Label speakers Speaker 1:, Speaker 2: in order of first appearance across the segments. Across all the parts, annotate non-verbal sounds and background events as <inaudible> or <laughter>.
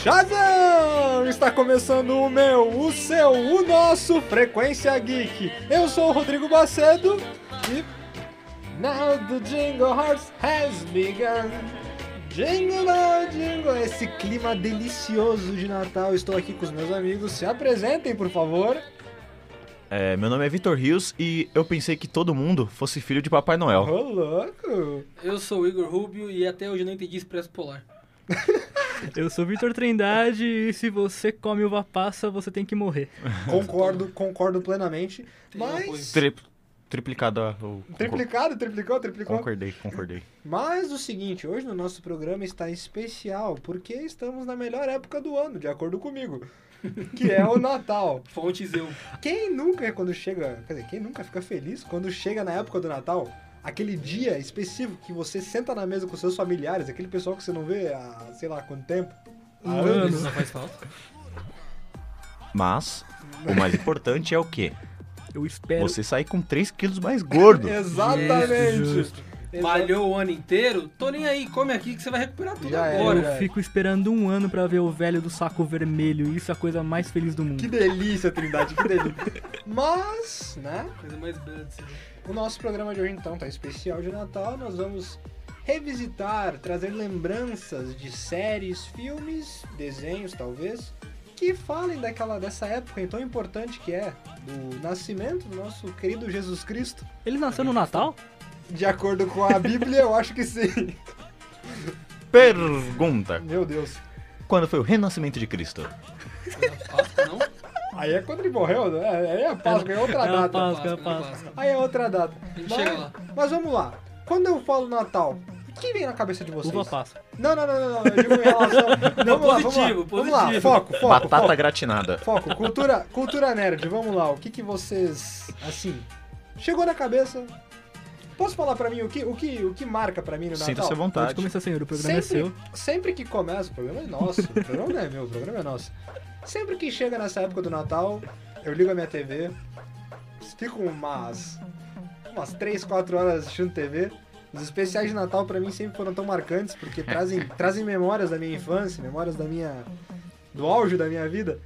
Speaker 1: Shazam! Está começando o meu, o seu, o nosso Frequência Geek. Eu sou o Rodrigo Macedo e. Now the Jingle Hearts has begun. Jingle, bell, jingle. Esse clima delicioso de Natal. Estou aqui com os meus amigos. Se apresentem, por favor.
Speaker 2: É, meu nome é Vitor Rios e eu pensei que todo mundo fosse filho de Papai
Speaker 1: Ô,
Speaker 2: Noel.
Speaker 1: louco!
Speaker 3: Eu sou o Igor Rubio e até hoje eu não entendi Expresso Polar.
Speaker 4: <laughs> Eu sou Vitor Trindade e se você come uva passa, você tem que morrer.
Speaker 1: Concordo, concordo plenamente.
Speaker 3: Tem apoio.
Speaker 1: Mas.
Speaker 2: Tri triplicada. Eu concor-
Speaker 1: Triplicado, triplicou, triplicou.
Speaker 2: Concordei, concordei.
Speaker 1: Mas o seguinte, hoje no nosso programa está especial porque estamos na melhor época do ano, de acordo comigo, que é o Natal.
Speaker 3: Fontes eu.
Speaker 1: Quem nunca quando chega, quer dizer, quem nunca fica feliz quando chega na época do Natal? Aquele dia específico que você senta na mesa com seus familiares, aquele pessoal que você não vê há, sei lá, quanto tempo. Há anos.
Speaker 3: Ah, Não faz falta.
Speaker 2: Mas
Speaker 1: <laughs>
Speaker 2: o mais importante é o quê?
Speaker 4: Eu
Speaker 1: É.
Speaker 4: espero.
Speaker 2: Você sair com 3 quilos mais gordo.
Speaker 1: Exatamente.
Speaker 4: Justo,
Speaker 1: Exa-
Speaker 3: Malhou o ano inteiro? Tô nem aí, come aqui que você vai recuperar tudo
Speaker 1: Já
Speaker 3: agora.
Speaker 1: era.
Speaker 4: Eu fico esperando um ano pra ver o velho do saco vermelho. Isso é a coisa mais feliz do
Speaker 1: Que
Speaker 4: mundo.
Speaker 1: delícia, Trindade, que delícia. Mas, né?
Speaker 3: Coisa mais bela de se ver.
Speaker 1: O nosso programa de hoje, então, tá especial de Natal. Nós vamos revisitar, trazer lembranças de séries, filmes, desenhos, talvez, que falem daquela dessa época tão importante que é do nascimento do nosso querido Jesus Cristo.
Speaker 4: Ele nasceu no Natal?
Speaker 1: De acordo com a Bíblia, eu acho que sim. <laughs>
Speaker 2: Pergunta:
Speaker 1: Meu Deus.
Speaker 2: Quando foi o renascimento de Cristo?
Speaker 3: Coisa Páscoa, não?
Speaker 1: Aí é quando ele morreu, né? Aí é a Páscoa, é outra
Speaker 4: É uma
Speaker 1: data.
Speaker 4: Páscoa,
Speaker 3: né?
Speaker 4: Páscoa.
Speaker 1: Aí é outra data.
Speaker 3: A gente
Speaker 1: Mas-
Speaker 3: chega lá.
Speaker 1: Mas vamos lá. Quando eu falo Natal, o que vem na cabeça de vocês?
Speaker 4: Uva passa.
Speaker 1: Não, não, não, não, não. Eu digo em relação.
Speaker 3: Não,
Speaker 1: vamos lá,
Speaker 3: positivo,
Speaker 1: vamos lá. Vamos
Speaker 3: positivo.
Speaker 1: lá, foco, foco.
Speaker 2: Batata gratinada.
Speaker 1: Foco, foco. Cultura, cultura nerd, vamos lá. O que, que vocês. Assim. Chegou na cabeça. Posso falar pra mim o que, o que, o que marca pra mim no Natal?
Speaker 2: Sinta-se à
Speaker 4: Pode
Speaker 2: vontade.
Speaker 4: começar, senhor. O programa é
Speaker 1: Sempre,
Speaker 4: seu.
Speaker 1: sempre que começa, o programa é nosso, o programa não é meu, o programa é nosso. Sempre que chega nessa época do Natal, eu ligo a minha TV, fico umas, umas 3, 4 horas assistindo TV. Os especiais de Natal pra mim sempre foram tão marcantes,
Speaker 2: <laughs>
Speaker 1: porque trazem, trazem memórias da minha infância, memórias da minha. do auge da minha vida.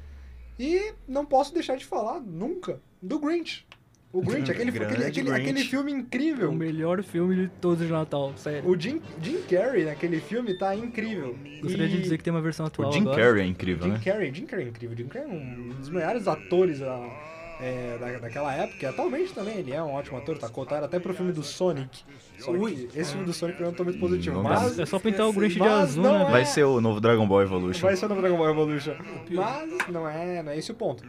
Speaker 1: E não posso deixar de falar, nunca, do Grinch. O Grinch, aquele,
Speaker 2: Grande
Speaker 1: aquele, aquele,
Speaker 2: Grinch.
Speaker 1: aquele filme incrível.
Speaker 4: O melhor filme de todos de Natal, sério.
Speaker 1: O Jim, Jim Carrey naquele filme tá incrível.
Speaker 4: Gostaria de
Speaker 1: E-
Speaker 4: dizer que tá, tem uma versão atual
Speaker 2: O Jim
Speaker 4: agora.
Speaker 2: Carrey é incrível,
Speaker 1: Jim
Speaker 2: né?
Speaker 1: Carrey, Jim Carrey é incrível. Jim Carrey é um dos melhores atores da, é, da- daquela época. E atualmente também ele é um ótimo ator. Tá cotado até pro filme do Sonic. Só que esse filme do Sonic eu não tô muito positivo.
Speaker 2: Não dá.
Speaker 1: mas
Speaker 4: É só pintar o Grinch de
Speaker 1: Mas
Speaker 4: azul,
Speaker 1: não
Speaker 4: né?
Speaker 1: é-
Speaker 2: Vai ser o novo Dragon Ball Evolution.
Speaker 1: vai ser o novo Dragon Ball Evolution.
Speaker 3: pior.
Speaker 1: Mas não é, não é esse o ponto.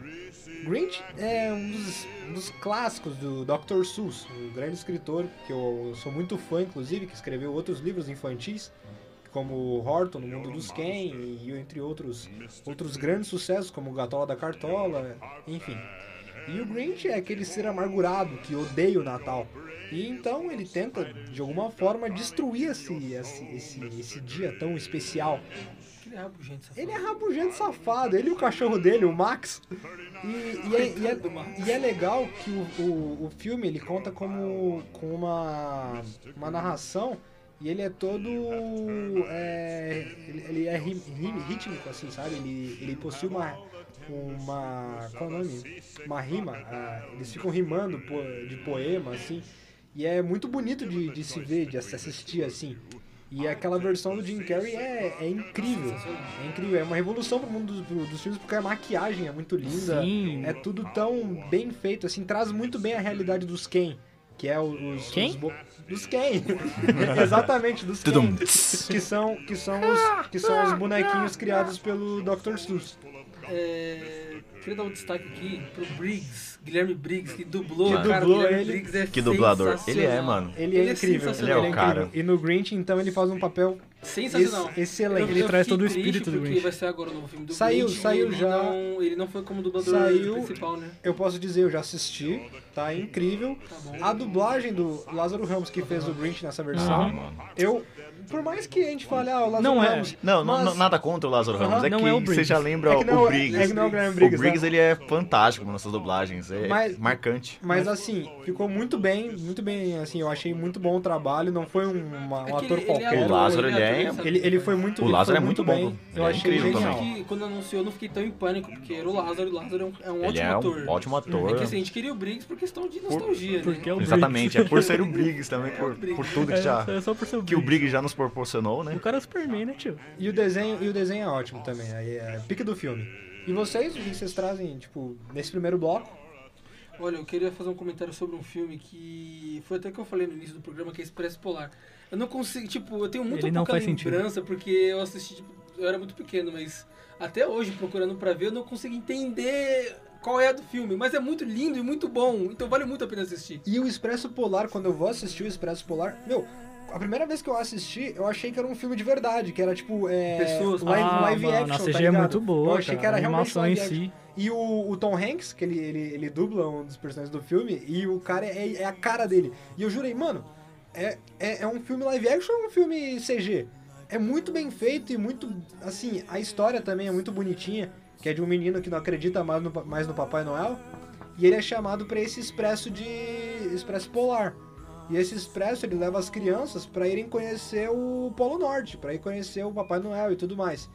Speaker 1: Grinch é um dos, um dos clássicos do Dr. Seuss, um grande escritor que eu sou muito fã, inclusive, que escreveu outros livros infantis, como Horton, no Mundo dos Ken, e entre outros, outros grandes sucessos, como Gatola da Cartola, enfim. E o Grinch é aquele ser amargurado que odeia o Natal. E então ele tenta, de alguma forma, destruir esse, esse, esse, esse dia tão especial
Speaker 3: Que rabo, gente. essa
Speaker 1: ele é rabugento safado, ele e o cachorro dele, o Max. E, e é, e é-
Speaker 3: Coitado do Max.
Speaker 1: e é legal que o, o, o filme ele conta como, com uma, uma narração e ele é todo. é, ele, ele é rim- rim- rítmico, assim, sabe? Ele, ele possui uma. uma qual é o nome? Uma rima. ah, eles ficam rimando po- de poema, assim. E é muito bonito de, de se ver, de se assistir, assim. E aquela versão do Jim Carrey é, é incrível. É incrível, é uma revolução pro mundo dos, pro- dos filmes, porque a maquiagem é muito linda.
Speaker 4: Sim.
Speaker 1: É tudo tão bem feito, assim, traz muito bem a realidade dos Ken. Que é o- os.
Speaker 4: Quem?
Speaker 1: os bo- dos Ken. <laughs> Exatamente, dos
Speaker 2: Tudum.
Speaker 1: Ken. Que são, que, são os, que são os bonequinhos criados pelo Dr. Seuss.
Speaker 3: É, queria dar um destaque aqui pro Briggs, Guilherme Briggs, que dublou,
Speaker 2: Que
Speaker 3: cara,
Speaker 1: dublou
Speaker 3: o Guilherme
Speaker 1: ele.
Speaker 3: Briggs é
Speaker 2: Que dublador. Ele é,
Speaker 3: sensacional.
Speaker 2: mano.
Speaker 1: Ele é, incrível.
Speaker 3: sensacional.
Speaker 2: Ele é o cara.
Speaker 1: incrível. E no Grinch, então, ele faz um papel
Speaker 3: Sensacional.
Speaker 1: ex- excelente.
Speaker 4: Ele traz
Speaker 3: fiquei
Speaker 4: todo o
Speaker 3: triste
Speaker 4: espírito do
Speaker 3: porque
Speaker 4: Grinch.
Speaker 3: vai ser agora o novo filme do
Speaker 1: Saiu,
Speaker 3: Grinch. e
Speaker 1: saiu
Speaker 3: ele
Speaker 1: já.
Speaker 3: Não, ele não foi como dublador
Speaker 1: Saiu.
Speaker 3: principal, né?
Speaker 1: Eu posso dizer, eu já assisti, tá? É incrível.
Speaker 3: Tá bom.
Speaker 1: A dublagem do Lázaro Ramos que fez o Grinch nessa
Speaker 2: Ah,
Speaker 1: versão,
Speaker 2: mano.
Speaker 1: eu. Por mais que a gente fale, ah, o Lázaro
Speaker 4: Não é.
Speaker 1: Ramos.
Speaker 2: Não, não-
Speaker 1: mas-
Speaker 2: não, nada contra o Lázaro Ramos. É
Speaker 4: Não
Speaker 2: que
Speaker 4: é o
Speaker 2: você
Speaker 4: Briggs.
Speaker 2: já lembra
Speaker 1: é que
Speaker 2: o
Speaker 1: não,
Speaker 2: Briggs.
Speaker 1: É, que não é o Graham
Speaker 2: O
Speaker 1: Briggs. né?
Speaker 2: Briggs ele é fantástico nessas dublagens, é
Speaker 1: Mas-
Speaker 2: marcante.
Speaker 1: Mas assim, ficou muito bem, muito bem, assim, eu achei muito bom o trabalho, não foi um, uma- um
Speaker 3: É que
Speaker 1: ator
Speaker 3: ele- ele é
Speaker 1: qualquer.
Speaker 2: O
Speaker 3: ator,
Speaker 2: Lázaro,
Speaker 3: ele
Speaker 2: ele é também.
Speaker 3: sabe?
Speaker 1: Ele, ele foi muito
Speaker 2: O
Speaker 1: ele foi
Speaker 2: Lázaro é muito bom,
Speaker 1: bem.
Speaker 2: pô. Ele
Speaker 1: Eu
Speaker 2: é
Speaker 1: achei
Speaker 2: incrível
Speaker 1: genial.
Speaker 2: também.
Speaker 3: que quando anunciou eu não fiquei tão em pânico, porque era o Lázaro, e o Lázaro é um, é um
Speaker 2: Ele
Speaker 3: ótimo
Speaker 2: é
Speaker 3: ator.
Speaker 2: um ótimo ator.
Speaker 3: É que assim, a gente queria o Briggs por questão de nostalgia,
Speaker 4: Porque é
Speaker 3: né?
Speaker 4: o
Speaker 2: Exatamente, é por ser o Briggs também,
Speaker 1: É
Speaker 2: por,
Speaker 3: Briggs.
Speaker 2: por tudo que,
Speaker 4: Briggs.
Speaker 2: já,
Speaker 4: <laughs> É, é só por ser o
Speaker 2: que o
Speaker 4: Briggs.
Speaker 2: Briggs já nos proporcionou, né?
Speaker 4: O cara é o Superman, né, tio?
Speaker 1: E o desenho, e o desenho é ótimo também. Aí é pique do filme. E vocês, o que vocês trazem, tipo, nesse primeiro bloco?
Speaker 3: Olha, eu queria fazer um comentário sobre um filme que foi até que eu falei no início do programa, que é Expresso Polar. Eu não consigo, tipo, eu tenho muito
Speaker 4: Ele
Speaker 3: pouca
Speaker 4: não faz sentido.
Speaker 3: lembrança, porque eu assisti, tipo, eu era muito pequeno, mas até hoje, procurando pra ver, eu não consigo entender qual é a do filme. Mas é muito lindo e muito bom, então vale muito a pena assistir.
Speaker 1: E o Expresso Polar, quando eu vou assistir o Expresso Polar, meu, a primeira vez que eu assisti, eu achei que era um filme de verdade, que era tipo. É,
Speaker 3: Pessoas.
Speaker 1: live,
Speaker 4: ah,
Speaker 1: live
Speaker 4: mano,
Speaker 1: action.
Speaker 4: a CG
Speaker 1: tá
Speaker 4: é
Speaker 1: ligado?
Speaker 4: muito boa,
Speaker 1: Eu achei
Speaker 4: cara.
Speaker 1: que era
Speaker 4: a
Speaker 1: realmente
Speaker 4: animação em
Speaker 1: live
Speaker 4: si.
Speaker 1: E o, o Tom Hanks, que ele, ele, ele dubla um dos personagens do filme, e o cara é, é a cara dele. E eu jurei, mano, é, é, é um filme live action ou um filme CG? É muito bem feito e muito. Assim, a história também é muito bonitinha, que é de um menino que não acredita mais no, pa- mais no Papai Noel. E ele é chamado pra esse expresso de. expresso polar. E esse expresso ele leva as crianças pra irem conhecer o Polo Norte, pra ir conhecer o Papai Noel e tudo mais.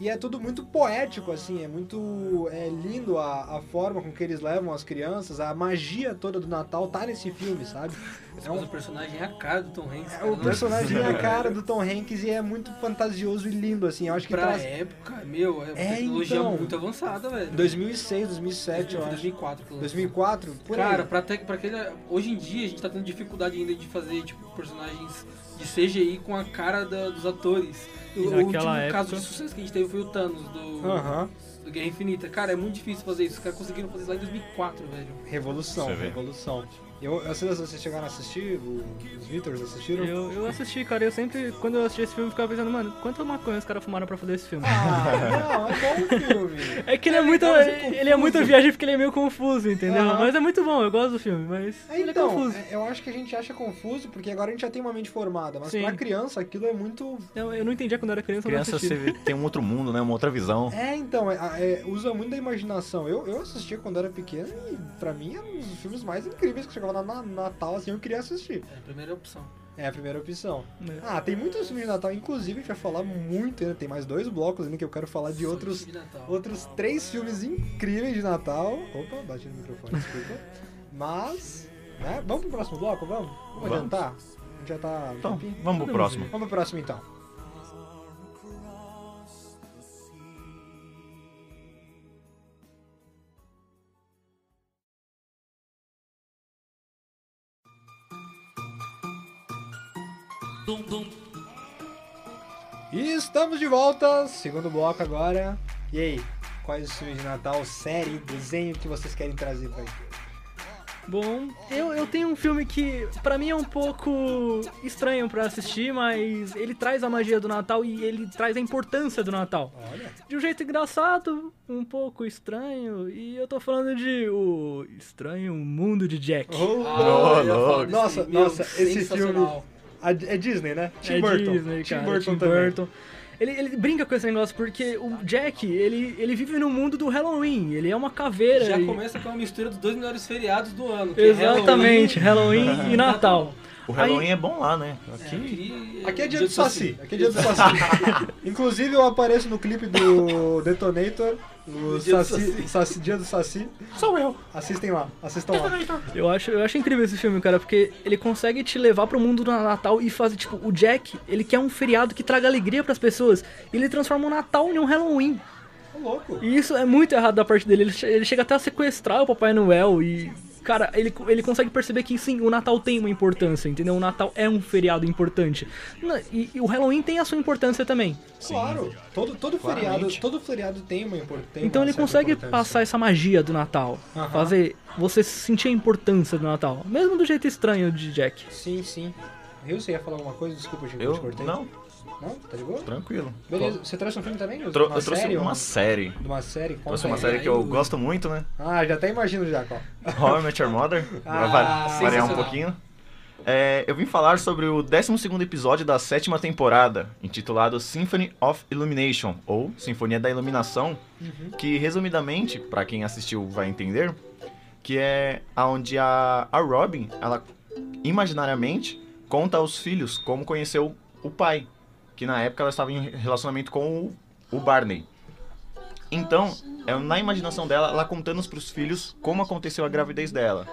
Speaker 1: E é tudo muito poético, assim, é muito é lindo a, a forma com que eles levam as crianças, a magia toda do Natal tá nesse filme, sabe? É
Speaker 3: Mas
Speaker 1: um,
Speaker 3: o personagem é a cara do Tom Hanks.
Speaker 1: é
Speaker 3: cara,
Speaker 1: o
Speaker 3: não
Speaker 1: personagem é a cara do Tom Hanks e é muito fantasioso e lindo, assim, eu acho que
Speaker 3: pra
Speaker 1: traz...
Speaker 3: época, meu, é uma
Speaker 1: É,
Speaker 3: tecnologia
Speaker 1: então.
Speaker 3: muito avançada, velho.
Speaker 1: 2006, 2007, eu acho,
Speaker 3: 2004, pelo menos.
Speaker 1: 2004, por
Speaker 3: Cara,
Speaker 1: aí.
Speaker 3: pra, te, pra aquele. Hoje em dia a gente tá tendo dificuldade ainda de fazer, tipo, personagens de CGI com a cara da- dos atores. O,
Speaker 4: E
Speaker 3: o
Speaker 4: naquela
Speaker 3: último
Speaker 4: época-
Speaker 3: caso de sucesso que a gente teve foi o Thanos do,
Speaker 1: Aham,
Speaker 3: do Guerra Infinita. Cara, é muito difícil fazer isso. Os caras conseguiram fazer isso lá em 2004, velho.
Speaker 1: revolução,
Speaker 2: Você vê.
Speaker 1: revolução. Eu, eu sei se vocês chegaram a assistir, o- os Vítors assistiram?
Speaker 4: Eu, eu assisti, cara, eu sempre, quando eu assisti esse filme, eu ficava pensando, mano, quanta maconha os caras fumaram pra fazer esse filme?
Speaker 1: Ah, não, é bom filme.
Speaker 4: É que ele é, muito.
Speaker 3: legal, mas é
Speaker 4: ele é muito viagem porque ele é meio confuso, entendeu?
Speaker 1: Aham.
Speaker 4: Mas é muito bom, eu gosto do filme, mas
Speaker 1: É,
Speaker 4: ele é
Speaker 1: então,
Speaker 4: confuso.
Speaker 1: é- eu acho que a gente acha confuso, porque agora a gente já tem uma mente formada, mas
Speaker 4: Sim.
Speaker 1: pra criança aquilo é muito.
Speaker 4: Eu, eu não entendia quando eu era criança, eu não
Speaker 2: Criança
Speaker 4: assisti.
Speaker 2: você vê- tem um outro mundo, né? Uma outra visão.
Speaker 1: É, então, é- é- usa muito a imaginação. Eu, eu assistia quando era pequeno e pra mim era um dos filmes mais incríveis que chegava lá na na Natal, assim, eu queria assistir.
Speaker 3: É a primeira opção.
Speaker 1: É a primeira opção.
Speaker 4: né?
Speaker 1: Ah, tem muitos filmes de Natal, inclusive a gente vai falar muito ainda, tem mais dois blocos ainda que eu quero falar de
Speaker 3: Só
Speaker 1: outros
Speaker 3: de Natal.
Speaker 1: outros três filmes incríveis de Natal. Opa, bati no microfone, desculpa. Mas, né, vamos pro próximo bloco, vamos? Vamos,
Speaker 2: Vamos.
Speaker 1: adiantar? A gente já tá no
Speaker 2: Então,
Speaker 1: tempinho.
Speaker 2: vamos pro próximo.
Speaker 1: Vamos pro próximo então. E estamos de volta, segundo bloco agora. E aí, quais os filmes de Natal, série, desenho que vocês querem trazer pra gente?
Speaker 4: Bom, eu, eu tenho um filme que pra mim é um pouco estranho pra assistir, mas ele traz a magia do Natal e ele traz a importância do Natal.
Speaker 1: Olha,
Speaker 4: De um jeito engraçado, um pouco estranho, e eu tô falando de O Estranho Mundo de Jack.
Speaker 1: Oh,
Speaker 3: Ah, eu ia falar
Speaker 2: louco.
Speaker 3: desse
Speaker 1: Nossa,
Speaker 3: filme, meu,
Speaker 1: nossa, esse
Speaker 3: sensacional.
Speaker 1: filme- A- é Disney, né? Tim
Speaker 4: é
Speaker 1: Burton.
Speaker 4: Disney,
Speaker 1: Tim
Speaker 4: cara,
Speaker 1: Burton
Speaker 4: Tim
Speaker 1: também.
Speaker 4: Burton. Ele, ele brinca com esse negócio porque o Jack, ele, ele vive no mundo do Halloween. Ele é uma caveira.
Speaker 3: Já
Speaker 4: e-
Speaker 3: começa com uma mistura dos dois melhores feriados do ano. que é
Speaker 4: Exatamente, Halloween, e
Speaker 3: <laughs>
Speaker 4: Natal.
Speaker 2: O Halloween é bom lá, né?
Speaker 3: Halloween.
Speaker 2: Aqui.
Speaker 3: Aqui,
Speaker 1: Aqui é dia do Saci. Aqui é dia do Saci.
Speaker 2: <laughs>
Speaker 1: Inclusive, eu apareço no clipe do Detonator, o
Speaker 3: No dia do
Speaker 1: saci,
Speaker 3: Saci.
Speaker 1: saci- Dia do Saci.
Speaker 2: Sou eu.
Speaker 1: Assistem lá, assistam lá.
Speaker 4: Eu acho, eu acho incrível esse filme, cara, porque ele consegue te levar pro mundo do Natal e fazer, tipo, o Jack, ele quer um feriado que traga alegria pras pessoas. E ele transforma o Natal em um Halloween.
Speaker 1: Ô, louco.
Speaker 4: E isso é muito errado da parte dele. Ele, che- ele chega até a sequestrar o Papai Noel e. Cara, ele, ele consegue perceber que sim, o Natal tem uma importância, entendeu? O Natal é um feriado importante. Na- E, e o Halloween tem a sua importância também.
Speaker 1: Claro, todo, todo, feriado,
Speaker 2: Claramente.
Speaker 1: todo feriado tem uma importância.
Speaker 4: Então ele consegue passar essa magia do Natal.
Speaker 1: Aham.
Speaker 4: Fazer você sentir a importância do Natal. Mesmo do jeito estranho de Jack.
Speaker 1: Sim, sim. Rio, você ia falar alguma coisa? Desculpa, gente, eu te
Speaker 2: Eu?
Speaker 1: cortei.
Speaker 2: Não,
Speaker 1: Não? Tá de boa?
Speaker 2: tranquilo.
Speaker 1: Beleza, você trouxe um filme também?
Speaker 2: Tro-
Speaker 1: uma
Speaker 2: eu trouxe
Speaker 1: série,
Speaker 2: uma série.
Speaker 1: De uma série? Conta
Speaker 2: Trouxe uma
Speaker 1: aí.
Speaker 2: série que eu gosto muito, né?
Speaker 1: Ah, já até imagino já, qual.
Speaker 2: How I Met Your Mother.
Speaker 1: Ah,
Speaker 2: Pra va- variar um
Speaker 3: sensacional.
Speaker 2: pouquinho. É, eu vim falar sobre o 12 episódio da sétima temporada, intitulado Symphony of Illumination, ou Sinfonia da Iluminação, que resumidamente, pra quem assistiu vai entender, que é aonde a, a Robin, ela imaginariamente, conta aos filhos como conheceu o pai, que que na época ela estava em relacionamento com o, o Barney. Então, é na imaginação dela, ela contando para os filhos como aconteceu a gravidez dela.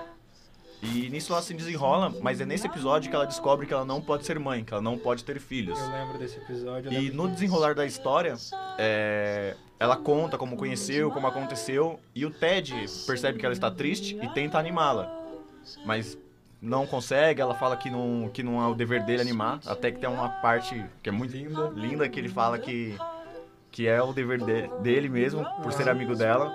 Speaker 2: E nisso ela se desenrola, mas é nesse episódio que ela descobre que ela não pode ser mãe, que ela não pode ter filhos.
Speaker 1: Eu lembro desse episódio. eu
Speaker 2: E
Speaker 1: lembro
Speaker 2: no
Speaker 1: disso.
Speaker 2: desenrolar da história, é, ela conta como conheceu, como aconteceu, e o Ted percebe que ela está triste e tenta animá-la. Mas não consegue, ela fala que não, que não é o dever dele animar, até que tem uma parte que é muito linda, linda que ele fala que, que é o dever de- dele mesmo, por ser amigo dela.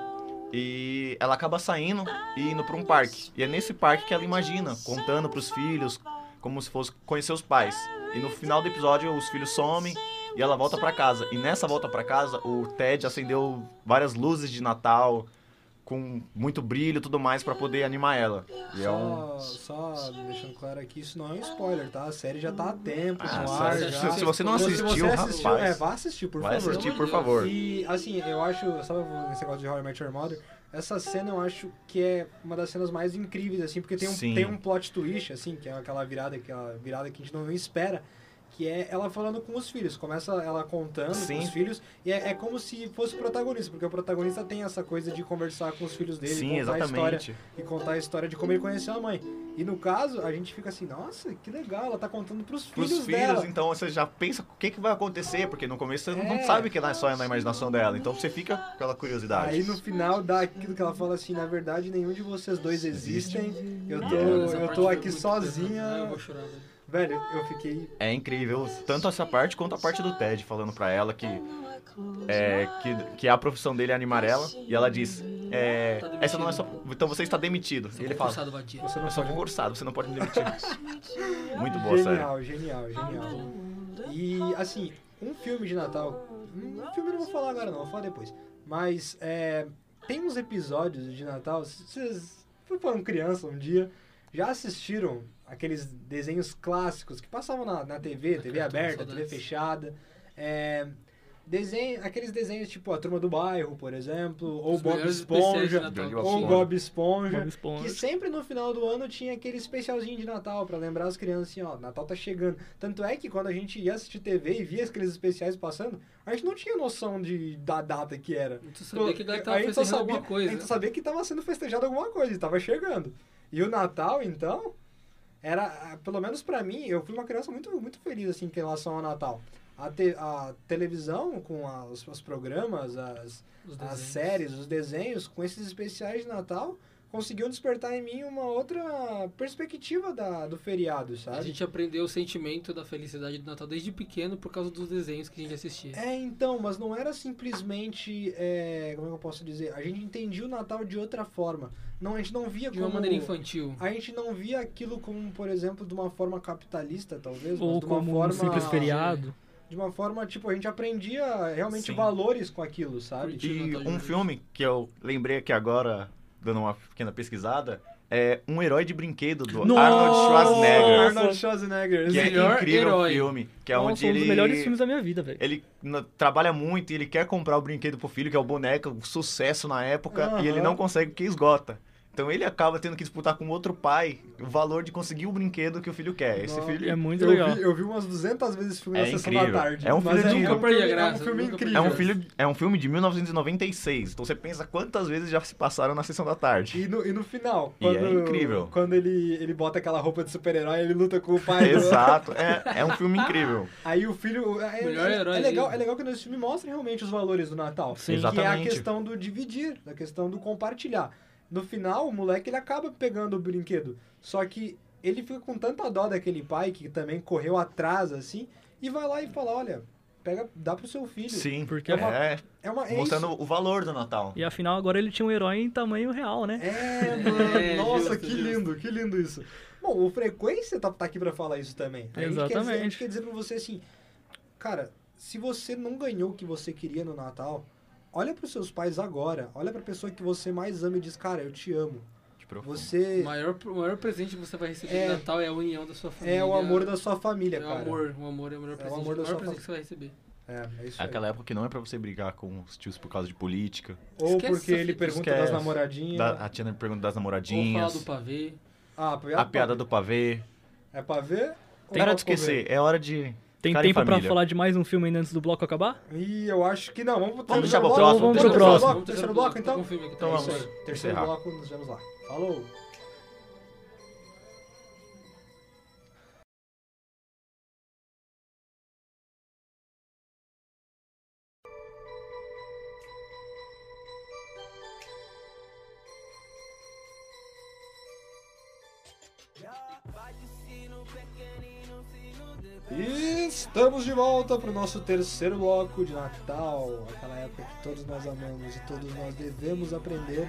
Speaker 2: E ela acaba saindo e indo para um parque. E é nesse parque que ela imagina, contando para os filhos, como se fosse conhecer os pais. E no final do episódio, os filhos somem e ela volta pra casa. E nessa volta pra casa, o Ted acendeu várias luzes de Natal com muito brilho e tudo mais pra poder animar ela. E é um
Speaker 1: Só, só deixando claro aqui, isso não é um spoiler, tá? A série já tá há tempo,
Speaker 2: Ah,
Speaker 1: no
Speaker 2: se-
Speaker 1: ar,
Speaker 2: se-
Speaker 1: já.
Speaker 2: se você não
Speaker 1: Se
Speaker 2: assistiu,
Speaker 1: assistiu,
Speaker 2: rapaz.
Speaker 1: é, vá assistir, por
Speaker 2: Vai
Speaker 1: favor.
Speaker 2: assistir, por favor.
Speaker 1: E, assim, eu acho, sabe esse negócio de How I Met Your Mother? Essa cena eu acho que é uma das cenas mais incríveis, assim, porque tem um,
Speaker 2: Sim.
Speaker 1: tem um plot twist, assim, que é aquela virada, aquela virada que a gente não espera, que é ela falando com os filhos. Começa ela contando
Speaker 2: Sim.
Speaker 1: com os filhos, e é, é como se fosse o protagonista, porque o protagonista tem essa coisa de conversar com os filhos dele,
Speaker 2: Sim,
Speaker 1: contar a história
Speaker 2: exatamente.
Speaker 1: e contar a história de como ele conheceu a mãe. E no caso, a gente fica assim, nossa, que legal, ela tá contando pros
Speaker 2: Pros
Speaker 1: filhos,
Speaker 2: filhos,
Speaker 1: dela.
Speaker 2: então você já pensa o que, que vai acontecer, porque no começo você
Speaker 1: É.
Speaker 2: não sabe que é só é na imaginação dela. Então você fica com aquela curiosidade.
Speaker 1: Aí no final dá aquilo que ela fala assim, na verdade nenhum de vocês dois existem, eu tô,
Speaker 3: Cara, essa
Speaker 1: eu
Speaker 3: parte
Speaker 1: tô
Speaker 3: foi
Speaker 1: aqui
Speaker 3: muito pesada. Ah, eu
Speaker 1: sozinha.
Speaker 3: vou chorar, velho.
Speaker 1: Velho, eu fiquei...
Speaker 2: É incrível, tanto essa parte quanto a parte do Ted falando pra ela que é, que, que a profissão dele é animar ela e ela diz, é,
Speaker 3: Tá demitido.
Speaker 2: essa não é só, então você está demitido. E ele fala,
Speaker 3: Forçado, Batia.
Speaker 1: Você não
Speaker 2: eu sou
Speaker 1: pode-
Speaker 2: concursado, você não pode me
Speaker 4: <laughs>
Speaker 2: demitir. Muito boa,
Speaker 1: Genial,
Speaker 2: sério.
Speaker 1: genial, genial. E, assim, um filme de Natal... Um filme eu não vou falar agora não, vou falar depois. Mas, é... Tem uns episódios de Natal, se vocês foram criança um dia, já assistiram aqueles desenhos clássicos que passavam na, na TV, TV
Speaker 3: Cartoon,
Speaker 1: aberta,
Speaker 3: saudades.
Speaker 1: TV fechada. É, desenho, aqueles desenhos tipo A Turma do Bairro, por exemplo, ou
Speaker 3: Os
Speaker 1: Bob
Speaker 3: melhores especiais de
Speaker 1: Esponja,
Speaker 3: Natal.
Speaker 2: Grande
Speaker 1: ou
Speaker 2: Esponja.
Speaker 1: Bob Esponja,
Speaker 4: Bob Esponja.
Speaker 1: que sempre no final do ano tinha aquele especialzinho de Natal pra lembrar as crianças assim, ó, Natal tá chegando. Tanto é que quando a gente ia assistir TV e via aqueles especiais passando, a gente não tinha noção de, da data que era.
Speaker 3: Tu sabia que a galera tava
Speaker 1: é, Aí tu
Speaker 3: fazendo
Speaker 1: sabia-
Speaker 3: alguma coisa.
Speaker 1: aí tu sabia que tava sendo festejado alguma coisa, e tava chegando. E o Natal, então, era, ah, pelo menos pra mim, eu fui uma criança muito, muito feliz, assim, em relação ao Natal. A, te- a televisão, com a- os, os programas, as,
Speaker 3: Os
Speaker 1: as
Speaker 3: desenhos.
Speaker 1: séries, os desenhos, com esses especiais de Natal, conseguiu despertar em mim uma outra perspectiva da, do feriado,
Speaker 3: A
Speaker 1: sabe?
Speaker 3: gente aprendeu o sentimento da felicidade do Natal desde pequeno por causa dos desenhos que a gente assistia.
Speaker 1: É, então, mas não era simplesmente. é, como é que eu posso dizer? A gente entendia o Natal de outra forma. Não, a gente não via
Speaker 3: De uma
Speaker 1: É como-
Speaker 3: maneira infantil.
Speaker 1: A gente não via aquilo como, por exemplo, de uma forma capitalista, talvez,
Speaker 4: Ou
Speaker 1: mas de uma
Speaker 4: como um
Speaker 1: forma.
Speaker 4: simples feriado.
Speaker 1: De uma forma, tipo, a gente aprendia realmente
Speaker 2: Sim.
Speaker 1: valores com aquilo, sabe? Tipo,
Speaker 3: Curti.
Speaker 2: E
Speaker 3: Natal de
Speaker 2: um
Speaker 3: Bruce.
Speaker 2: filme que eu lembrei aqui agora, dando uma pequena pesquisada, é Um Herói de Brinquedo, do
Speaker 4: Nossa!
Speaker 2: Arnold Schwarzenegger.
Speaker 1: Arnold Schwarzenegger.
Speaker 2: Que é
Speaker 3: Melhor
Speaker 2: incrível o
Speaker 3: herói.
Speaker 2: filme, que é
Speaker 4: Nossa,
Speaker 2: onde
Speaker 4: um dos
Speaker 2: ele...
Speaker 4: melhores filmes da minha vida, velho.
Speaker 2: Ele na- trabalha muito e ele quer comprar o brinquedo pro filho, que é o boneco, um sucesso na época,
Speaker 1: Aham.
Speaker 2: e ele não consegue porque esgota. Então ele acaba tendo que disputar com outro pai o valor de conseguir o brinquedo que o filho quer. Esse
Speaker 1: Nossa.
Speaker 2: filho
Speaker 4: É muito
Speaker 1: eu,
Speaker 4: legal.
Speaker 1: vi, eu vi umas 200 vezes esse filme
Speaker 2: É
Speaker 1: na sessão da
Speaker 2: incrível.
Speaker 1: tarde.
Speaker 2: É um
Speaker 1: mas
Speaker 2: filme de-
Speaker 1: é,
Speaker 2: Nunca
Speaker 1: um
Speaker 3: perdi a
Speaker 1: filme, é um
Speaker 3: graça,
Speaker 1: filme
Speaker 3: nunca perdi
Speaker 2: é
Speaker 1: incrível.
Speaker 3: a
Speaker 2: um filho é um filme de 1996. Então você pensa quantas vezes já se passaram na sessão da tarde.
Speaker 1: E no, e no final,
Speaker 2: E é
Speaker 1: quando,
Speaker 2: incrível.
Speaker 1: quando ele, ele bota aquela roupa de super-herói, ele luta com o
Speaker 2: <laughs>
Speaker 1: pai. do-
Speaker 2: Exato, é, é um filme incrível.
Speaker 1: Aí o filho. É,
Speaker 3: Melhor
Speaker 1: é-
Speaker 3: herói
Speaker 1: é legal,
Speaker 3: aí.
Speaker 1: é legal que nesse filme mostra realmente os valores do Natal.
Speaker 4: Sim.
Speaker 1: Que é
Speaker 2: Exatamente.
Speaker 1: a questão do dividir, da questão do compartilhar. No final, o moleque ele acaba pegando o brinquedo. Só que ele fica com tanta dó daquele pai que também correu atrás, assim, e vai lá e fala: olha, pega, dá pro seu filho.
Speaker 2: Sim,
Speaker 4: Porque é uma-
Speaker 2: é,
Speaker 1: É uma. É
Speaker 2: mostrando
Speaker 1: isso.
Speaker 2: o valor do Natal.
Speaker 4: E afinal, agora ele tinha um herói em tamanho real, né?
Speaker 1: É, mano.
Speaker 3: <laughs> É,
Speaker 1: nossa,
Speaker 3: justo,
Speaker 1: que
Speaker 3: justo.
Speaker 1: lindo, que lindo isso. Bom, o Frequência tá, tá aqui pra falar isso também. A gente quer dizer- a gente
Speaker 4: Exatamente.
Speaker 1: quer dizer pra você assim, cara, se você não ganhou o que você queria no Natal, olha pros seus pais agora, olha pra pessoa que você mais ama e diz, cara, eu te amo.
Speaker 2: Tipo,
Speaker 1: Você
Speaker 3: O maior, o maior presente que você vai receber
Speaker 1: É.
Speaker 3: no Natal é a união da sua família.
Speaker 1: é o amor da sua família,
Speaker 3: É o
Speaker 1: cara.
Speaker 3: amor, o amor é o melhor presente,
Speaker 1: amor da
Speaker 3: o
Speaker 1: sua
Speaker 3: maior presente
Speaker 1: família.
Speaker 3: que você vai receber.
Speaker 1: É, é isso
Speaker 2: É
Speaker 1: aí.
Speaker 2: aquela época que não é pra você brigar com os tios por causa de política.
Speaker 1: Ou
Speaker 3: Esquece
Speaker 1: porque
Speaker 3: essa
Speaker 1: ele
Speaker 3: fita.
Speaker 1: pergunta das
Speaker 2: Esquece.
Speaker 1: namoradinhas.
Speaker 2: Da- a Tina pergunta das
Speaker 3: Ou falar
Speaker 2: namoradinhas.
Speaker 3: do pavê.
Speaker 1: Ah,
Speaker 2: A piada do pavê.
Speaker 1: É pra ver? ou
Speaker 2: Tem hora
Speaker 1: pra
Speaker 2: de esquecer,
Speaker 1: comer?
Speaker 2: é hora de
Speaker 4: Tem
Speaker 2: Cara e
Speaker 4: tempo pra
Speaker 2: família.
Speaker 4: falar de mais um filme ainda antes do bloco acabar?
Speaker 1: E eu acho que não. Vamos, pro
Speaker 2: Vamos
Speaker 1: terceiro
Speaker 2: deixar pro
Speaker 1: bloco.
Speaker 2: próximo,
Speaker 1: Vamos pro
Speaker 2: terceiro
Speaker 1: próximo.
Speaker 2: bloco.
Speaker 1: bloco. Terceiro bloco,
Speaker 3: Tô com
Speaker 1: então?
Speaker 3: um filme aqui,
Speaker 2: Então
Speaker 3: tá?
Speaker 2: vamos.
Speaker 1: É isso aí. Terceiro
Speaker 2: encerrar.
Speaker 1: bloco, nos vemos lá. Falou! E estamos de volta para o nosso terceiro bloco de Natal, aquela época que todos nós amamos e todos nós devemos aprender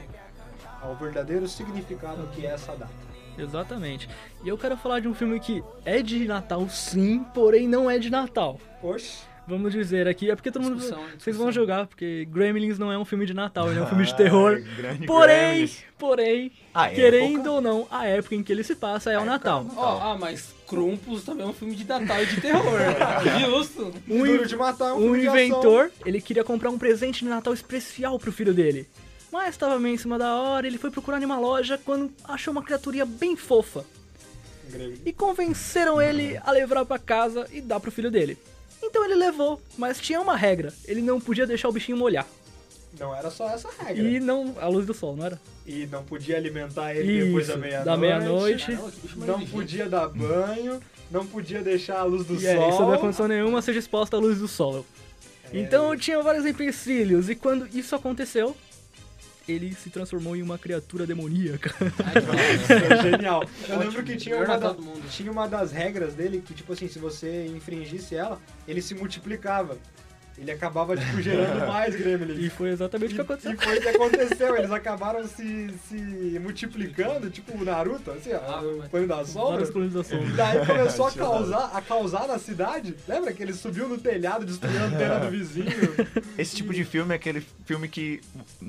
Speaker 1: ao verdadeiro significado que é essa data.
Speaker 4: Exatamente. E eu quero falar de um filme que é de Natal sim, porém não é de Natal.
Speaker 1: Oxe,
Speaker 4: Vamos dizer aqui, é porque todo mundo.
Speaker 3: Discussão, hein,
Speaker 4: Vocês vão
Speaker 3: discussão.
Speaker 4: jogar, porque Gremlins não é um filme de Natal, ele é um filme de terror.
Speaker 2: <laughs> Ai, grande
Speaker 4: Porém,
Speaker 2: Gremlins.
Speaker 4: porém,
Speaker 2: A época.
Speaker 4: querendo ou não, a época em que ele se passa é o Natal.
Speaker 3: Ó, ah, mas Crumpus também é um filme de Natal e
Speaker 1: <laughs>
Speaker 3: de terror. Justo.
Speaker 1: um duro de matar um,
Speaker 4: Um
Speaker 1: filme de ação.
Speaker 4: inventor, ele queria comprar um presente de Natal especial pro filho dele. Mas estava meio em cima da hora, ele foi procurar em uma loja quando achou uma criaturia bem fofa.
Speaker 1: Gremlin.
Speaker 4: E convenceram ele a levar pra casa e dar pro filho dele. Então ele levou, mas tinha uma regra: ele não podia deixar o bichinho molhar.
Speaker 1: Não era só essa regra.
Speaker 4: E
Speaker 1: E,
Speaker 4: não. a luz do sol, não era?
Speaker 1: não podia alimentar É. ele depois da
Speaker 4: Isso,
Speaker 1: meia-noite. né?
Speaker 4: da meia-noite.
Speaker 3: Caramba, que bicho mais um
Speaker 1: Não
Speaker 3: inteligente.
Speaker 1: podia dar banho, não podia deixar a luz do
Speaker 4: E
Speaker 1: sol.
Speaker 4: é, isso não é condição nenhuma seja exposta à luz do sol.
Speaker 1: É.
Speaker 4: Então tinha vários empecilhos, e quando isso aconteceu, ele se transformou em uma criatura demoníaca.
Speaker 3: Ai, que
Speaker 1: Isso
Speaker 3: maravilha.
Speaker 1: é genial. Eu lembro
Speaker 3: Ótimo,
Speaker 1: que tinha
Speaker 3: melhor
Speaker 1: uma,
Speaker 3: Natal
Speaker 1: da-
Speaker 3: do mundo.
Speaker 1: tinha uma das regras dele que, tipo assim, se você infringisse ela, ele se multiplicava. Ele acabava, tipo,
Speaker 4: <laughs>
Speaker 1: gerando mais
Speaker 4: E
Speaker 1: gremlins.
Speaker 4: foi exatamente o que aconteceu.
Speaker 1: E foi o que aconteceu, eles acabaram se, se multiplicando, tipo o Naruto, assim, ó,
Speaker 3: Ah,
Speaker 1: o
Speaker 3: mas-
Speaker 1: Plano da Sombra.
Speaker 4: Vários clones da sombra.
Speaker 1: E
Speaker 3: <laughs>
Speaker 1: Daí começou a
Speaker 2: Tio
Speaker 1: causar, a causar na cidade. Lembra que ele subiu no telhado, destruiu a antena do
Speaker 3: <laughs>
Speaker 1: vizinho?
Speaker 2: Esse tipo de filme é aquele filme que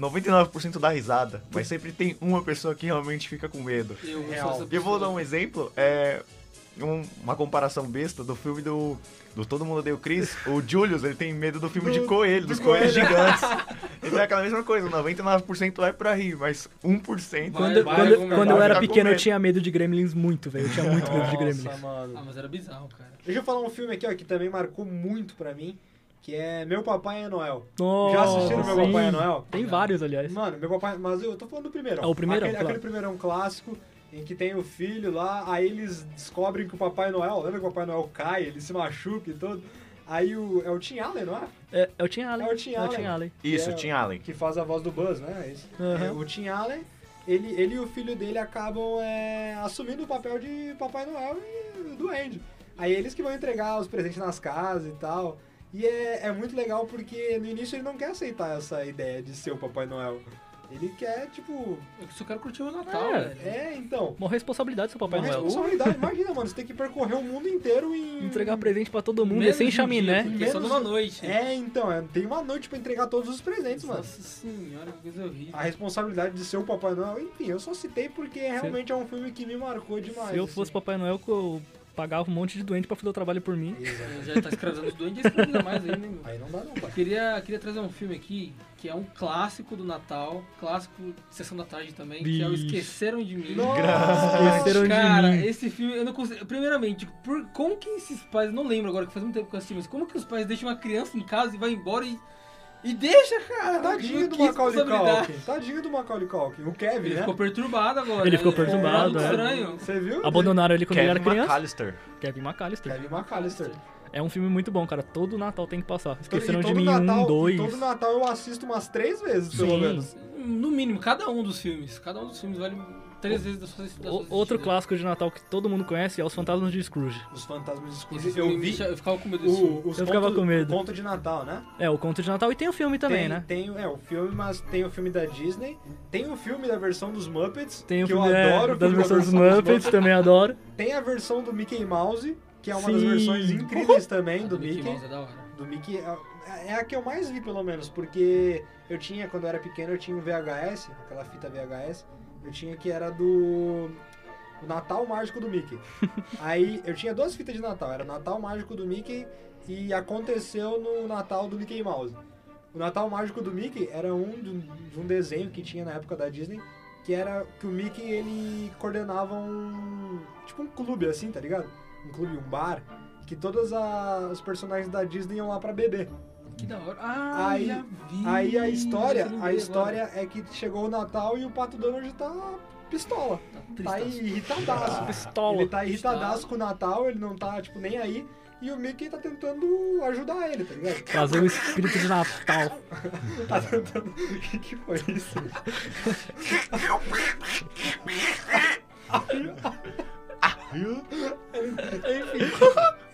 Speaker 2: 99% dá risada, mas sempre tem uma pessoa que realmente fica com medo.
Speaker 3: Eu, eu
Speaker 1: Real.
Speaker 3: sou essa
Speaker 2: E eu vou dar
Speaker 3: pessoa.
Speaker 2: um exemplo, é um- uma comparação besta do filme do, do Todo Mundo Odeia o Chris. O Julius, ele tem medo do filme
Speaker 1: Do-
Speaker 2: de coelho, dos
Speaker 1: do
Speaker 2: coelhos
Speaker 1: coelho.
Speaker 2: gigantes. Então é aquela mesma coisa, 99% é pra rir, mas 1%...
Speaker 3: Vai,
Speaker 4: Quando,
Speaker 3: vai,
Speaker 4: quando-
Speaker 3: vai,
Speaker 4: quando
Speaker 2: vai
Speaker 4: eu
Speaker 2: ficar
Speaker 4: era
Speaker 2: com
Speaker 4: pequeno, eu
Speaker 2: medo.
Speaker 4: tinha medo de gremlins muito, velho. Eu tinha muito medo de
Speaker 1: Nossa,
Speaker 4: gremlins.
Speaker 1: mano.
Speaker 2: um-
Speaker 3: Ah, mas era bizarro, cara.
Speaker 1: Deixa eu falar um filme aqui, ó, que também marcou muito pra mim, que é Meu Papai é Noel.
Speaker 4: Nossa,
Speaker 1: Já assistiram Meu
Speaker 4: sim.
Speaker 1: Papai é Noel?
Speaker 4: Tem vários, aliás.
Speaker 1: Mano, meu papai. Mas eu tô falando do primeiro.
Speaker 4: Ah, o primeirão,
Speaker 1: Aquele,
Speaker 4: claro.
Speaker 1: aquele primeirão clássico em que tem o filho lá, aí eles descobrem que o Papai Noel. Lembra que o Papai Noel cai, ele se machuca e todo. Aí o. É o Tim Allen, não é?
Speaker 4: É, é o Tim Allen.
Speaker 1: É o Tim Allen.
Speaker 4: Allen.
Speaker 2: Isso,
Speaker 1: É.
Speaker 2: Tim Allen.
Speaker 1: Que faz a voz do Buzz, né? É isso.
Speaker 4: Aham.
Speaker 1: É, o Tim Allen, ele, ele e o filho dele acabam é, assumindo o papel de Papai Noel e do Andy. Aí eles que vão entregar os presentes nas casas e tal. E é, é muito legal porque no início ele não quer aceitar essa ideia de ser o Papai Noel. Ele quer, tipo,
Speaker 3: Eu só quero curtir o Natal,
Speaker 4: É.
Speaker 3: velho.
Speaker 1: É, então.
Speaker 4: Uma responsabilidade, seu Papai
Speaker 1: Uma
Speaker 4: Noel.
Speaker 1: responsabilidade, imagina, mano, você tem que percorrer o mundo inteiro em.
Speaker 4: Entregar presente pra todo mundo, é
Speaker 3: Menos
Speaker 4: sem né?
Speaker 3: de um
Speaker 4: chaminé.
Speaker 3: dia, porque Só
Speaker 1: Menos-
Speaker 3: numa noite.
Speaker 1: É, então, é, tem uma noite pra entregar todos os presentes, mano.
Speaker 3: Nossa senhora, que coisa horrível.
Speaker 1: A responsabilidade de ser o Papai Noel, enfim, eu só citei porque realmente é um filme que me marcou demais.
Speaker 4: Se eu fosse Papai Noel, que eu pagava um monte de doente pra fazer o trabalho por mim.
Speaker 1: Papai Exato.
Speaker 3: Eu Já tá escravizando os doentes, escraviza mais aí, né, meu?
Speaker 1: assim. Aí não dá não, pai.
Speaker 3: Queria, queria trazer um filme aqui que é um clássico do Natal, clássico de Sessão da Tarde também, que é o
Speaker 4: Bicho.
Speaker 3: Esqueceram de Mim.
Speaker 4: Esqueceram de
Speaker 3: cara,
Speaker 4: mim.
Speaker 3: esse filme, eu não consigo. Primeiramente, tipo, por, como que esses pais, não lembro agora que faz muito tempo que eu assisti, mas como que os pais deixam uma criança em casa e vai embora e. E deixa, cara!
Speaker 1: Tadinho tá do
Speaker 3: Que
Speaker 1: Macaulay
Speaker 3: responsabilidade.
Speaker 1: Culkin. Tadinho Tá do Macaulay Culkin. O Kevin,
Speaker 3: Ele
Speaker 1: né?
Speaker 3: ficou perturbado agora.
Speaker 4: Ele ficou
Speaker 3: né? um
Speaker 4: perturbado,
Speaker 3: lado
Speaker 4: é.
Speaker 3: estranho.
Speaker 1: Você viu?
Speaker 4: Abandonaram ele quando ele era
Speaker 2: Kevin
Speaker 4: criança.
Speaker 2: McAllister.
Speaker 4: Kevin McAllister.
Speaker 1: Kevin McAllister. Então,
Speaker 4: É um filme muito bom, cara. Todo Natal tem que passar. Esqueceram
Speaker 1: E
Speaker 4: de
Speaker 1: todo
Speaker 4: mim
Speaker 1: Natal,
Speaker 4: um, dois.
Speaker 1: e Todo Natal eu assisto umas três vezes, pelo
Speaker 4: Sim.
Speaker 1: menos.
Speaker 3: No mínimo, cada um dos filmes. Cada um dos filmes vale três vezes da sua, da sua
Speaker 4: O- outro
Speaker 3: assistida.
Speaker 4: clássico de Natal que todo mundo conhece é Os Fantasmas de Scrooge.
Speaker 1: Os fantasmas
Speaker 3: Esse
Speaker 1: escuros.
Speaker 3: filme
Speaker 1: Eu
Speaker 3: me
Speaker 1: vi
Speaker 3: deixa- Eu ficava com medo desse filme.
Speaker 1: o, os
Speaker 4: Eu ficava
Speaker 1: contos-
Speaker 4: com medo.
Speaker 1: o conto de Natal, né?
Speaker 4: É, o conto de Natal e tem o filme também,
Speaker 1: tem,
Speaker 4: né?
Speaker 1: Tem, é, o filme, mas tem o filme da Disney, tem o filme da versão dos Muppets,
Speaker 4: Tem o
Speaker 1: que
Speaker 4: filme
Speaker 1: eu
Speaker 4: é,
Speaker 1: adoro, o
Speaker 4: das
Speaker 1: filme
Speaker 4: versões dos
Speaker 1: versão
Speaker 4: Muppets,
Speaker 1: <laughs>
Speaker 4: também adoro.
Speaker 1: tem a versão do Mickey Mouse, que é uma das
Speaker 4: Sim.
Speaker 1: versões incríveis também
Speaker 3: Ah,
Speaker 1: do Mickey.
Speaker 3: Mouse é da hora.
Speaker 1: Do Mickey, é, é a que eu mais vi, pelo menos, porque eu tinha, quando eu era pequeno, eu tinha um VHS, aquela fita VHS, eu tinha que era do... O Natal Mágico do Mickey. Aí eu tinha duas fitas de Natal, era o Natal Mágico do Mickey e aconteceu no Natal do Mickey Mouse. O Natal Mágico do Mickey era um de de um desenho que tinha na época da Disney, que era que o Mickey ele coordenava um tipo um clube assim, tá ligado? Um clube, um bar que todos a- os personagens da Disney iam lá pra beber.
Speaker 3: Que da hora. Ah,
Speaker 1: Aí-
Speaker 3: já vi.
Speaker 1: Aí a história,
Speaker 3: Você não
Speaker 1: a
Speaker 3: vê
Speaker 1: história é que chegou o Natal e o Pato Donald tá pistola.
Speaker 3: agora.
Speaker 1: Tá
Speaker 3: Tristaço.
Speaker 1: irritadaço.
Speaker 4: Pistola.
Speaker 1: Ele tá irritadaço com o Natal, ele não tá, tipo, nem aí. E o Mickey tá tentando ajudar ele, tá
Speaker 4: <laughs>
Speaker 1: ligado?
Speaker 4: Trazer o espírito de Natal.
Speaker 1: Tá tentando. <laughs> O que, que foi isso?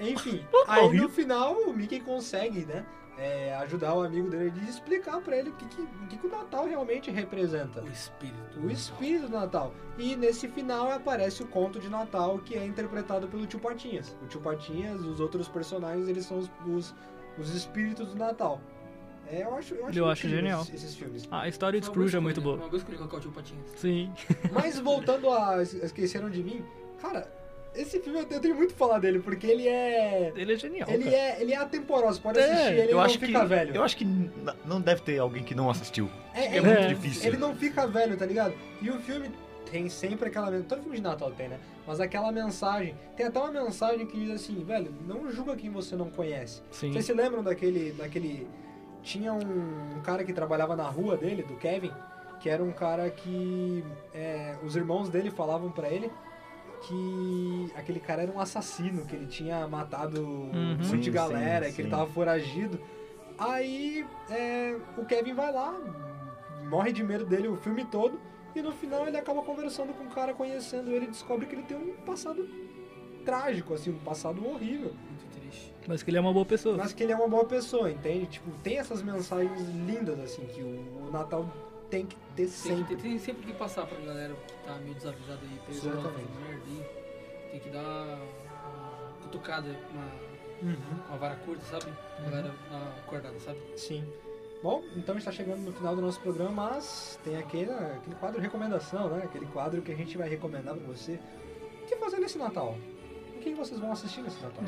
Speaker 1: Enfim, aí no final o Mickey consegue, né? é, ajudar o amigo dele e explicar pra ele o que, que, o que que o Natal realmente representa.
Speaker 3: O espírito.
Speaker 1: O espírito do Natal. E nesse final aparece o conto de Natal que é interpretado pelo Tio Patinhas. O Tio Patinhas, os outros personagens, eles são os, os, os espíritos do Natal. É, eu acho, eu acho,
Speaker 4: Eu acho
Speaker 1: incrível
Speaker 4: genial.
Speaker 1: Esses, esses filmes.
Speaker 4: Ah, a história de
Speaker 3: Foi uma
Speaker 4: Scrooge é
Speaker 3: escolha,
Speaker 4: muito
Speaker 3: né?
Speaker 4: boa.
Speaker 3: Uma vez que eu colocar o tio Patinhas.
Speaker 4: Sim.
Speaker 1: Mas voltando a Es- Esqueceram de Mim, cara, esse filme eu tenho- eu tenho muito que falar dele, porque ele é.
Speaker 4: Ele é genial.
Speaker 1: Ele
Speaker 4: cara.
Speaker 1: é, ele é atemporal, você pode
Speaker 4: É,
Speaker 1: assistir ele e
Speaker 2: eu
Speaker 1: não
Speaker 2: acho
Speaker 1: fica
Speaker 2: que,
Speaker 1: velho.
Speaker 2: Eu acho que n- não deve ter alguém que não assistiu.
Speaker 1: É,
Speaker 2: É
Speaker 1: ele-
Speaker 4: muito
Speaker 2: difícil.
Speaker 1: Ele não fica velho, tá ligado? E o filme tem sempre aquela mensagem. Todo filme de Natal tem, né? Mas aquela mensagem. Tem até uma mensagem que diz assim, velho, não julga quem você não conhece.
Speaker 4: Sim.
Speaker 1: Vocês se lembram daquele. daquele. Tinha um, um cara que trabalhava na rua dele, do Kevin, que era um cara que. é, os irmãos dele falavam pra ele que aquele cara era um assassino, que ele tinha matado um monte
Speaker 2: Sim,
Speaker 1: de galera,
Speaker 2: sim,
Speaker 1: que ele
Speaker 2: sim.
Speaker 1: tava foragido. Aí é, o Kevin vai lá, morre de medo dele o filme todo, e no final ele acaba conversando com o cara, conhecendo ele, e descobre que ele tem um passado trágico, assim, um passado horrível.
Speaker 3: é Muito triste.
Speaker 4: Mas que ele é uma boa pessoa.
Speaker 1: Mas que ele é uma boa pessoa, entende? Tipo, tem essas mensagens lindas, assim, que o, o Natal tem que ter
Speaker 3: Tem,
Speaker 1: sempre.
Speaker 3: que- tem sempre que passar pra galera que tá meio desavisada aí, pegou uma
Speaker 1: Exatamente.
Speaker 3: merda aí. Tem que dar uma cutucada, uma,
Speaker 1: Uhum,
Speaker 3: uma vara curta, sabe? A galera dar uma acordada, sabe?
Speaker 1: sim. Bom, então a gente tá chegando no final do nosso programa, mas tem aquele, né, aquele quadro de recomendação, né? Aquele quadro que a gente vai recomendar pra você. O que fazer nesse Natal? O que vocês vão assistir nesse Natal?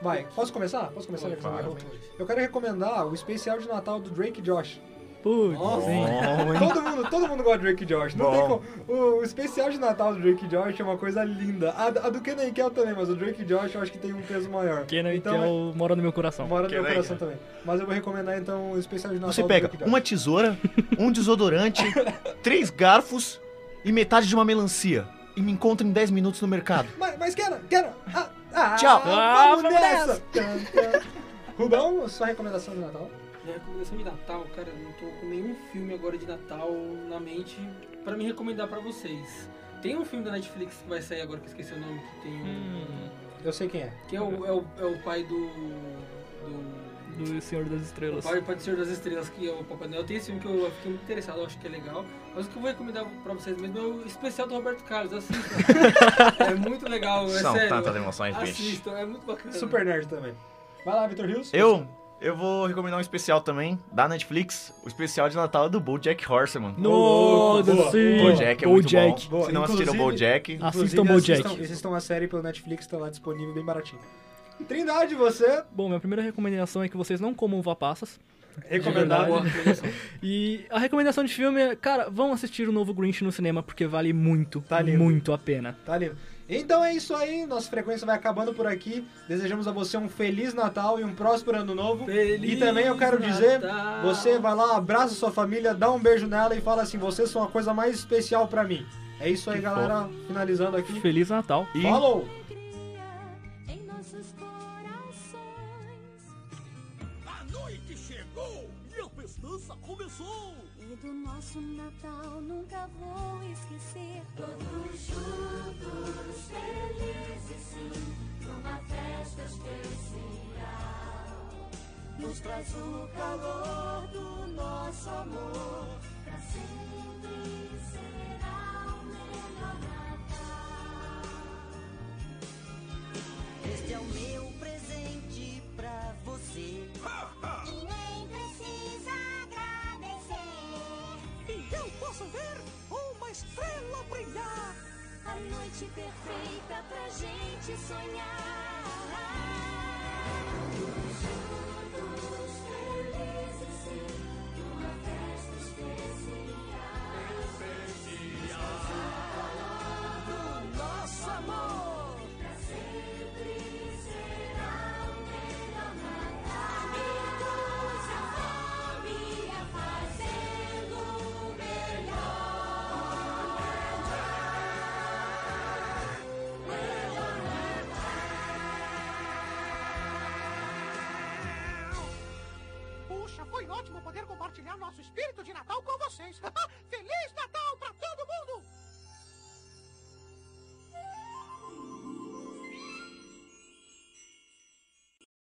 Speaker 1: Vai, posso começar? Posso começar? já que você vai
Speaker 2: Claro.
Speaker 1: recomendar? Eu quero recomendar o especial de Natal do Drake e Josh.
Speaker 4: Putz,
Speaker 3: Nossa.
Speaker 4: sim.
Speaker 1: <laughs>
Speaker 2: Homem.
Speaker 1: Todo mundo, todo mundo gosta de Drake e Josh. Não tem
Speaker 2: Bom.
Speaker 1: como. O, o especial de Natal do Drake e Josh é uma coisa linda. A, a do Kenan e Kel também, mas o Drake e Josh eu acho que tem um peso maior.
Speaker 4: Kenan
Speaker 1: então,
Speaker 4: e Kel mora no meu coração.
Speaker 1: Mora no meu
Speaker 2: Kenan e
Speaker 1: coração
Speaker 2: Kel.
Speaker 1: também. Mas eu vou recomendar então o especial de Natal
Speaker 2: Você
Speaker 1: do
Speaker 2: pega
Speaker 1: Drake e Josh.
Speaker 2: uma tesoura, um desodorante, três garfos e metade de uma melancia. E me encontra em 10 minutos no mercado.
Speaker 1: Mas, mas Kenan, Kenan. Ah, ah,
Speaker 2: <laughs> Tchau.
Speaker 4: Ah,
Speaker 1: Vamos
Speaker 4: vamos
Speaker 1: nessa. Tan, tan. Rubão, sua recomendação de Natal?
Speaker 3: Minha Né, recomendação de Natal, cara, eu não tô com nenhum filme agora de Natal na mente pra me recomendar pra vocês. Tem um filme da Netflix que vai sair agora, que eu esqueci o nome, que tem um,
Speaker 1: Eu sei quem é.
Speaker 3: que é o, é o, é o pai do... do
Speaker 4: Do Senhor das
Speaker 3: o
Speaker 4: Estrelas.
Speaker 3: pai, pai do Senhor das Estrelas, que é o Papai Noel. Tem esse filme que eu fiquei muito interessado, eu acho que é legal. Mas o que eu vou recomendar pra vocês mesmo é o especial do Roberto Carlos, assistam. é muito legal, é
Speaker 2: São
Speaker 3: sério.
Speaker 2: tantas emoções, bicho.
Speaker 3: Assistam, é muito bacana.
Speaker 1: Super Nerd também. Vai lá, Vitor Rios.
Speaker 2: Eu, eu vou recomendar um especial também, da Netflix. O especial de Natal é do Bojack Horseman.
Speaker 4: Nossa,
Speaker 1: Boa,
Speaker 4: sim.
Speaker 1: boa.
Speaker 2: Bojack é muito
Speaker 4: Bojack.
Speaker 2: bom.
Speaker 1: Boa,
Speaker 2: Se não assistiram o
Speaker 1: inclusive-
Speaker 2: Bojack...
Speaker 4: Assistam
Speaker 1: Inclusive,
Speaker 4: BoJack.
Speaker 1: Assistam, assistam a série pelo Netflix, tá lá disponível bem baratinho. Trindade, você
Speaker 4: Bom, minha primeira recomendação é que vocês não comam uva passas.
Speaker 1: recomendado.
Speaker 3: Boa recomendação.
Speaker 4: E a recomendação de filme é, cara, vão assistir o novo Grinch no cinema, porque vale muito,
Speaker 1: Tá lindo.
Speaker 4: muito a pena.
Speaker 1: Tá lindo. Então é isso aí, nossa frequência vai acabando por aqui. Desejamos a você um feliz Natal e um próspero ano novo.
Speaker 3: Feliz
Speaker 1: e também eu quero dizer,
Speaker 3: Natal.
Speaker 1: você vai lá, abraça sua família, dá um beijo nela e fala assim: vocês são a coisa mais especial pra mim. É isso aí,
Speaker 2: Que
Speaker 1: galera. Finalizando aqui.
Speaker 4: Feliz Natal.
Speaker 2: E
Speaker 1: Falou!
Speaker 5: alegria em nossos corações.
Speaker 6: A noite chegou e a festança começou.
Speaker 5: E do nosso Natal nunca vou esquecer. Todos juntos, felizes sim, numa festa especial. Nos traz o calor do nosso amor. Pra sempre será o melhor Natal.
Speaker 7: Este é o meu presente pra você.
Speaker 5: E nem precisa agradecer.
Speaker 6: E eu posso ver uma estrela brilhar.
Speaker 5: A noite perfeita pra gente sonhar. Juntos, felizes sim, uma festa especial. Especial. Do nosso amor. Pra sempre será.
Speaker 6: ótimo poder compartilhar nosso espírito de Natal com vocês. <laughs> Feliz Natal!